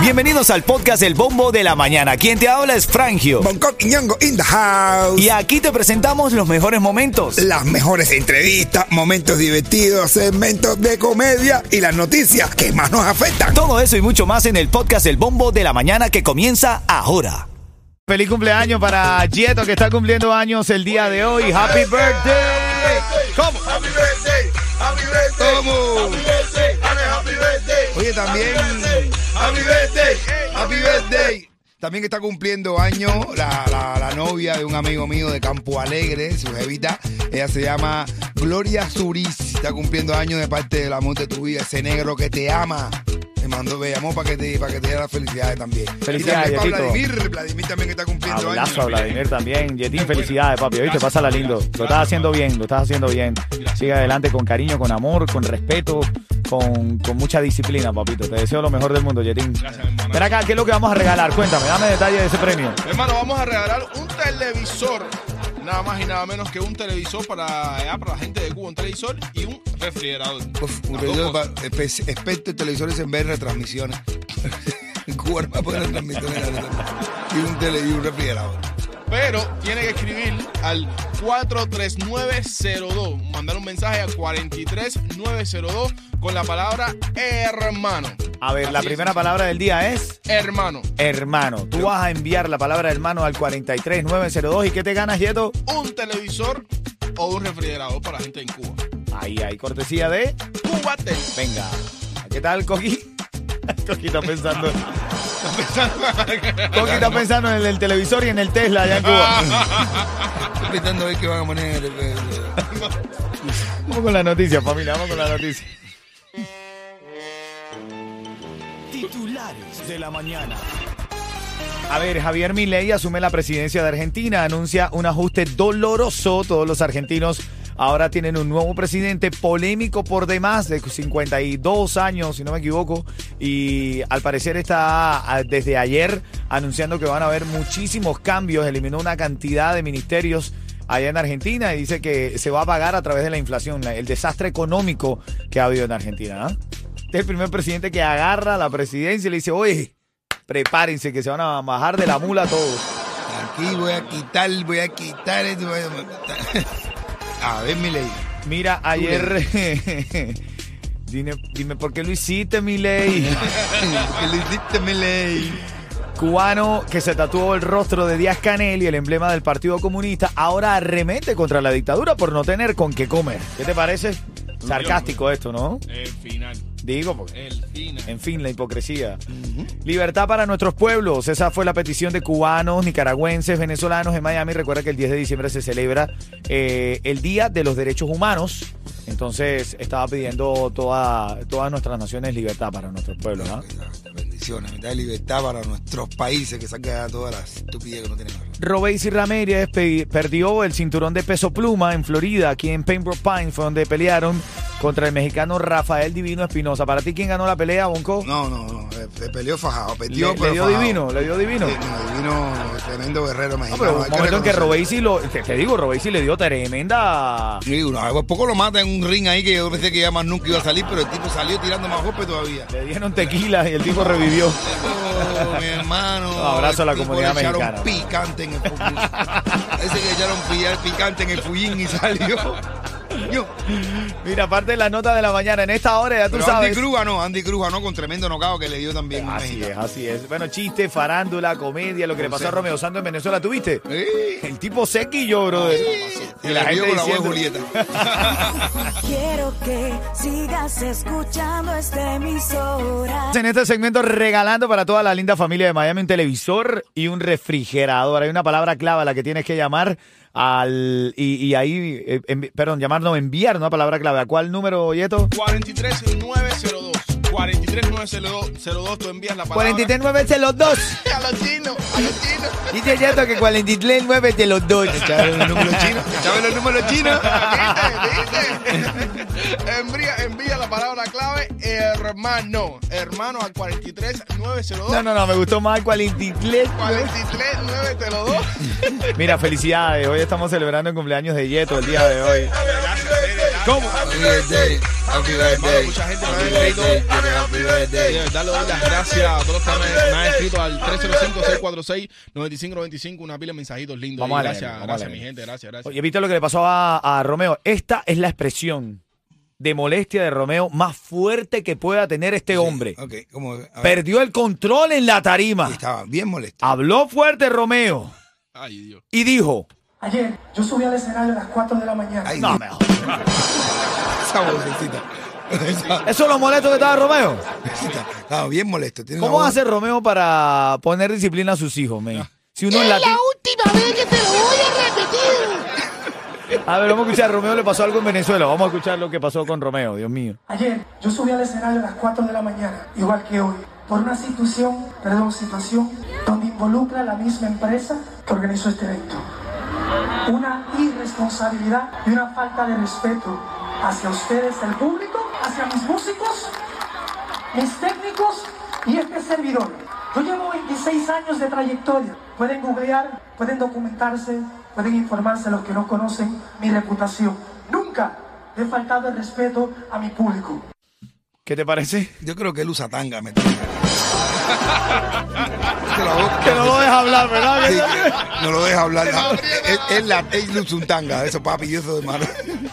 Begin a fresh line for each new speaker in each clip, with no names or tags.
Bienvenidos al podcast El Bombo de la Mañana. Quien te habla es Frangio.
Bangkok y Ñongo in the house.
Y aquí te presentamos los mejores momentos.
Las mejores entrevistas, momentos divertidos, segmentos de comedia y las noticias que más nos afectan.
Todo eso y mucho más en el podcast El Bombo de la Mañana que comienza ahora. Feliz cumpleaños para Gieto que está cumpliendo años el día de hoy. Happy birthday. ¿Cómo?
Happy birthday, happy birthday,
¿Cómo?
happy birthday, Ale, happy birthday.
Oye, también,
Happy birthday, happy birthday.
también está cumpliendo año la, la- la novia de un amigo mío de Campo Alegre, su jevita. Ella se llama Gloria Zuriz. Está cumpliendo año de parte del amor de tu vida, ese negro que te ama. Me mandó, me llamó para que te, para que te diera las felicidades también.
Felicidades,
y también para
Yetito.
Vladimir, Vladimir también que está cumpliendo
Abrazo a
año.
Vladimir también. Yetín, felicidades, papi. ¿Viste? Pásala lindo. Lo estás haciendo bien, lo estás haciendo bien. Sigue adelante con cariño, con amor, con respeto, con, con mucha disciplina, papito. Te deseo lo mejor del mundo, Yetín. Ven acá, ¿qué es lo que vamos a regalar? Cuéntame, dame detalle de ese premio.
Hermano, vamos a regalar un televisor. Nada más y nada menos que un televisor para, allá, para la gente de Cuba, un televisor y un refrigerador.
Uf, un
Las
televisor
dos
pa- espe- experto en televisores en ver retransmisiones. En Cuba no va a poder retransmisiones. en la tele. Y un tele y un refrigerador.
Pero tiene que escribir al 43902. Mandar un mensaje a 43902 con la palabra hermano.
A ver, la
Así es.
primera palabra del día es
Hermano.
hermano. Tú vas a enviar la palabra hermano al 43902 y ¿qué te ganas, Yeto?
Un televisor o un refrigerador para la gente en Cuba.
Ahí, ahí, cortesía de...
Cuba Tel.
Venga. ¿Qué tal, Coqui? Coqui está pensando... Coqui está pensando en el televisor y en el Tesla allá en Cuba.
Estoy gritando a ver qué van a poner. eh, en el- en el-
Vamos con la noticia, familia, vamos con la noticia.
Titulares de la mañana.
A ver, Javier Milei asume la presidencia de Argentina, anuncia un ajuste doloroso. Todos los argentinos ahora tienen un nuevo presidente polémico por demás, de 52 años, si no me equivoco. Y al parecer está ah, desde ayer anunciando que van a haber muchísimos cambios. Eliminó una cantidad de ministerios allá en Argentina y dice que se va a pagar a través de la inflación, la- el desastre económico que ha habido en Argentina. ¿no? Este es el primer presidente que agarra la presidencia y le dice, oye prepárense que se van a bajar de la mula todos.
Aquí voy a quitar, voy a quitar. esto, voy A, a ver, mi ley.
Mira, ayer. dime, dime, ¿por qué lo hiciste, mi ley?
¿Qué le hiciste, mi ley?
Cubano que se tatuó el rostro de Díaz Canel y el emblema del Partido Comunista, ahora arremete contra la dictadura por no tener con qué comer. ¿Qué te parece? Sarcástico esto, ¿no?
El final.
Digo, porque.
El final.
En fin, la hipocresía. Libertad para nuestros pueblos. Esa fue la petición de cubanos, nicaragüenses, venezolanos en Miami. Recuerda que el 10 de diciembre se celebra eh, el Día de los Derechos Humanos. Entonces estaba pidiendo toda, todas nuestras naciones libertad para nuestros pueblos. ¿ah?
Bendiciones, mitad de libertad para nuestros países que sacan a todas las estupidez que no tenemos.
Robeysi Ramírez pe- perdió el cinturón de peso pluma en Florida, aquí en Pembroke Pines, fue donde pelearon contra el mexicano Rafael Divino Espinosa. ¿Para ti quién ganó la pelea, Bonco?
No, no, no. eh, Se peleó fajado.
Le-
Perdió,
le,
pero
dio
fajado.
divino, le dio divino.
Sí, no, divino, tremendo guerrero
No,
mexicano.
pero
hay
un momento en que
reconocerlo.
Robeysi lo. Te, te digo, Robeysi le dio tremenda.
Sí, uno, a "Ah, pues poco lo mata en un ring ahí que yo pensé que ya más nunca iba a salir, pero el tipo salió tirando más golpes todavía.
Le dieron tequila y el tipo revivió.
Oh, mi hermano.
Un abrazo a la
el tipo
comunidad
le echaron
mexicana.
picante en el fullín. Ese que le echaron pi- picante en el fullín y salió. Yo,
Mira, aparte de la nota de la mañana, en esta hora ya tú
pero Andy
sabes.
Cruz ganó, Andy Cruz ganó con tremendo nocao que le dio también a
Así
México.
es, así es. Bueno, chiste, farándula, comedia, lo que le pasó a Romeo Santos en Venezuela, ¿tuviste?
Sí.
El tipo sequillo, brother.
Y la gente con la voz de Julieta.
Quiero que sigas escuchando esta emisora.
En este segmento regalando para toda la linda familia de Miami un televisor y un refrigerador. Hay una palabra clave a la que tienes que llamar al y, y ahí, eh, envi- perdón, llamar no, enviar una palabra clave. ¿A cuál número, Yeto?
43902. 43902. Tú envías la palabra.
439 de los dos.
A los chinos. A los chinos.
Dice Yeto que 439 de los dos.
Echaron los números chinos. Echaron los números chinos.
¿Viste? ¿Viste? envía, envía la palabra clave hermano. Hermano al 43902.
No, no, no, me gustó más el 43.
43902.
Mira, felicidades. Hoy estamos celebrando el cumpleaños de Yeto el día de hoy.
Gracias, Tere, gracias. ¿Cómo?
Happy birthday, happy
Hermano,
birthday.
mucha gente nos ha
happy
escrito.
birthday, happy
De
birthday.
verdad, le doy las gracias a todos los que me, me han escrito al 305-646-9595. Una pila de mensajitos lindos.
Vamos
Y
a leer,
gracias,
vamos a
gracias,
leer.
mi gente. Gracias, gracias.
Oye, ¿viste lo que le pasó a, a Romeo? Esta es la expresión de molestia de Romeo más fuerte que pueda tener este hombre.
Ok, como. a ver,
Perdió el control en la tarima.
Estaba bien molesto.
Habló fuerte Romeo
Ay, Dios.
y dijo...
Ayer yo subí al escenario a las 4 de la mañana.
Ay,
No, me jodas.
esa vocecita. Esa
¿Eso es lo molesto que estaba Romeo?
vocecita. Estaba bien molesto. Tiene
¿Cómo
una voz-
hace Romeo para poner disciplina a sus hijos, men? Si uno en
Es
latín...
la última vez que te lo voy a repetir.
A ver, vamos a escuchar. Romeo le pasó algo en Venezuela. Vamos a escuchar lo que pasó con Romeo, Dios mío.
Ayer yo subí al escenario a las 4 de la mañana, igual que hoy, por una situación, perdón, situación donde involucra la misma empresa que organizó este evento. Una irresponsabilidad y una falta de respeto hacia ustedes, el público, hacia mis músicos, mis técnicos y este servidor. Yo llevo 26 años de trayectoria. Pueden googlear, pueden documentarse, pueden informarse los que no conocen mi reputación. Nunca le he faltado el respeto a mi público.
¿Qué te parece?
Yo creo que él usa tanga, me tiene. Es que la boca-
Que no lo deja hablar, ¿verdad?
Sí, no lo deja hablar. nada. Él, él la, él usa un tanga. Eso, papi, yo eso de mano.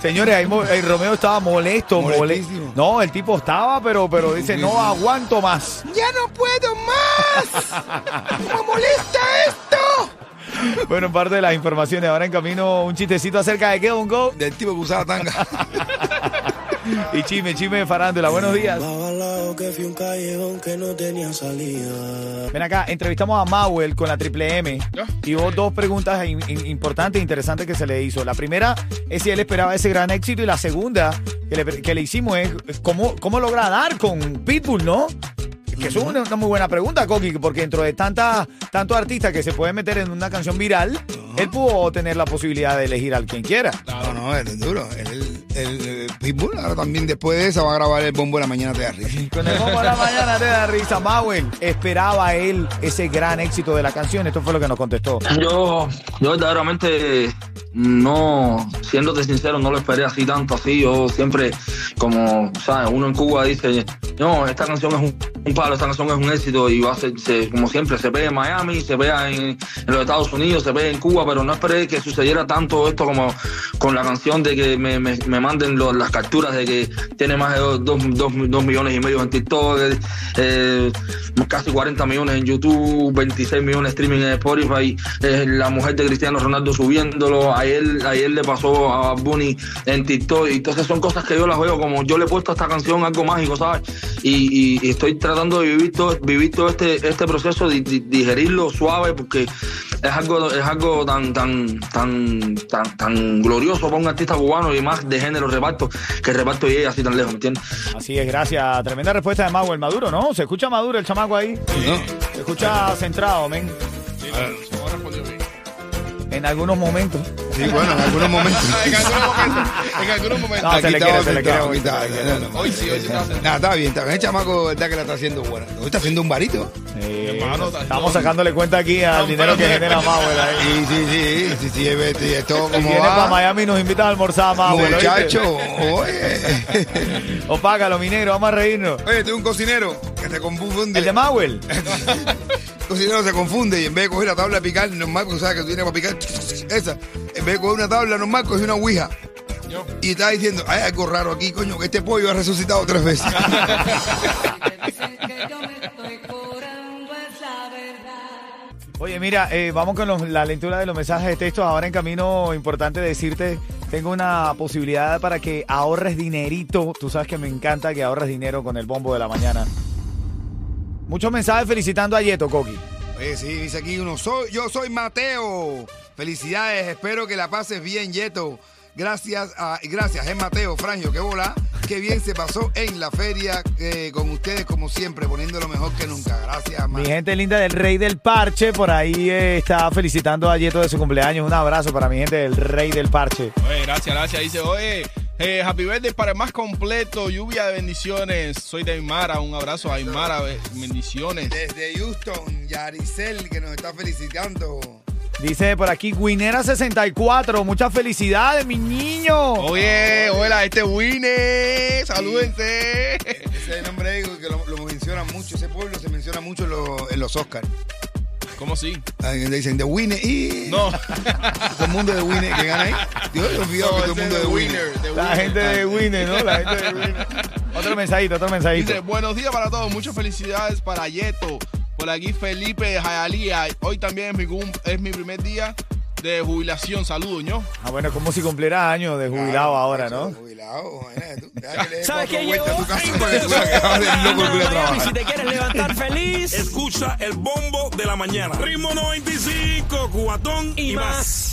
Señores, ahí, mo- ahí Romeo estaba molesto, molesto.
Molestísimo.
No, el tipo estaba, pero, pero dice, no aguanto más.
¡Ya no puedo más! ¡Me molesta esto!
Bueno, en parte de las informaciones, ahora en camino un chistecito acerca de qué, Don Go
Del tipo que usaba tanga.
y chisme, chisme de farándula. Buenos días.
Babalao que fui un callejón que no tenía salida.
Ven acá, entrevistamos a Mauel con la Triple M y hubo dos preguntas in- in- importantes e interesantes que se le hizo. La primera es si él esperaba ese gran éxito y la segunda que le, que le hicimos es cómo, cómo logra dar con Pitbull, ¿no? Que eso es una, una muy buena pregunta, Coqui, porque dentro de tantas tantos artistas que se pueden meter en una canción viral, él pudo tener la posibilidad de elegir al quien quiera.
No, no, él es duro. Él- él- el Pitbull ahora también después de esa va a grabar el bombo de la mañana de arriba.
Con el Bombo de la mañana te da risa, Mauel. Esperaba él ese gran éxito de la canción. Esto fue lo que nos contestó.
Yo, yo verdaderamente no, siéndote sincero, no lo esperé así tanto así. Yo siempre, como, ¿sabes? Uno en Cuba dice, no, esta canción es un, un palo, esta canción es un éxito y va a ser, se- como siempre, se ve en Miami, se ve en, en los Estados Unidos, se ve en Cuba, pero no esperé que sucediera tanto esto como con la canción de que me, me- me manden lo- las capturas de que tiene más de dos, dos- dos- dos millones y medio en TikTok, eh, eh, casi 40 millones en YouTube, 26 millones de streaming en Spotify, eh, la mujer de Cristiano Ronaldo subiéndolo, ayer, ayer le pasó a Bad Bunny en TikTok, y entonces son cosas que yo las veo como yo le he puesto a esta canción algo mágico, ¿sabes? Y, y- y estoy tratando de vivir todo, vivir todo este, este proceso, di- di- digerirlo suave, porque es algo, es algo tan, tan, tan, tan, tan glorioso para un artista cubano y más de género reparto, que reparto llegue así tan lejos, ¿me entiendes?
Así es, gracias. Tremenda respuesta de Mago, el Maduro, ¿no? Se escucha Maduro el chamaco ahí.
¿no?
Se escucha centrado, men.
Sí, no, no respondió bien.
En algunos momentos.
Sí, bueno, en algunos momentos.
En algunos momentos, en algunos momentos.
No, se le quiere,
estaba
se le quiere,
sentado,
hoy,
aquí estaba,
se le quiere,
no, no, no.
Hoy sí, hoy sí está sentado.
Nah, está bien, está bien. El chamaco, verdad que la está haciendo buena. Hoy está haciendo un varito.
Eh,
Hermano, está-
estamos sacándole cuenta aquí al dinero que genera ¿eh? Mauer ahí.
Sí, sí, sí, sí, sí, es, es- es todo como
Viene para
va.
Miami y nos invita a almorzar, Mauer. ¿oíste?
Muchacho, oye.
O págalo, minero, vamos a reírnos.
Oye, tú un cocinero que se confunde.
El de Mauer.
El cocinero se confunde y en vez de coger la tabla de picar normal, que tú sabes que tú tienes para picar, esa, en vez de coger una tabla normal, coge una ouija. Y está diciendo, hay algo raro aquí, coño, que este pollo ha resucitado tres veces.
Oye, mira, eh, vamos con los- la lectura de los mensajes de texto. Ahora en camino, importante decirte, tengo una posibilidad para que ahorres dinerito. Tú sabes que me encanta que ahorres dinero con el bombo de la mañana. Muchos mensajes felicitando a Yeto, Coqui.
Oye, sí, dice aquí uno, soy, yo soy Mateo. Felicidades, espero que la pases bien, Yeto. Gracias, a, gracias, es Mateo, Franjo, qué bola. Qué bien se pasó en la feria eh, con ustedes, como siempre, poniendo lo mejor que nunca. Gracias,
Mi
Mateo.
gente linda del Rey del Parche, por ahí eh, está felicitando a Yeto de su cumpleaños. Un abrazo para mi gente del Rey del Parche.
Oye, gracias, gracias. Dice, oye, eh, Happy Birthday para el más completo, lluvia de bendiciones. Soy de Aymara, un abrazo a Aymara, be- bendiciones.
Desde Houston, Yaricel, que nos está felicitando.
Dice por aquí, Guinera64, muchas felicidades, mi niño.
Oye, hola, este Winnie. Salúdense.
Ese es el nombre de ellos que lo, lo mencionan mucho. Ese pueblo se menciona mucho en, los- en los Oscars.
¿Cómo sí?
Ahí le dicen de Winner y.
No.
Todo el mundo de Winner que gana ahí. Dios, yo olvidado que todo el
ese
mundo
es
de
de
Winner.
Winner, de
La
Winner.
gente de Winner, ¿no? La gente de Winner. Otro mensajito, otro mensajito.
Dice, buenos días para todos, muchas felicidades para Yeto. Por aquí Felipe de Jayalía. Hoy también es mi, cum- es mi primer día de jubilación. Saludos, ¿no?
Ah, bueno, como si cumpliera años de jubilado ahora, ¿no?
Jubilado, imagínate tú. Deja que le dé
¿Sabes
cuatro
qué
vueltas
llegó?
a tu casa
Ay,
para que tú
pues,
acabas de loco el culo
Miami, si
a trabajar.
te quieres levantar feliz
Escucha el bombo de la mañana. Ritmo 95, cuatón y, más.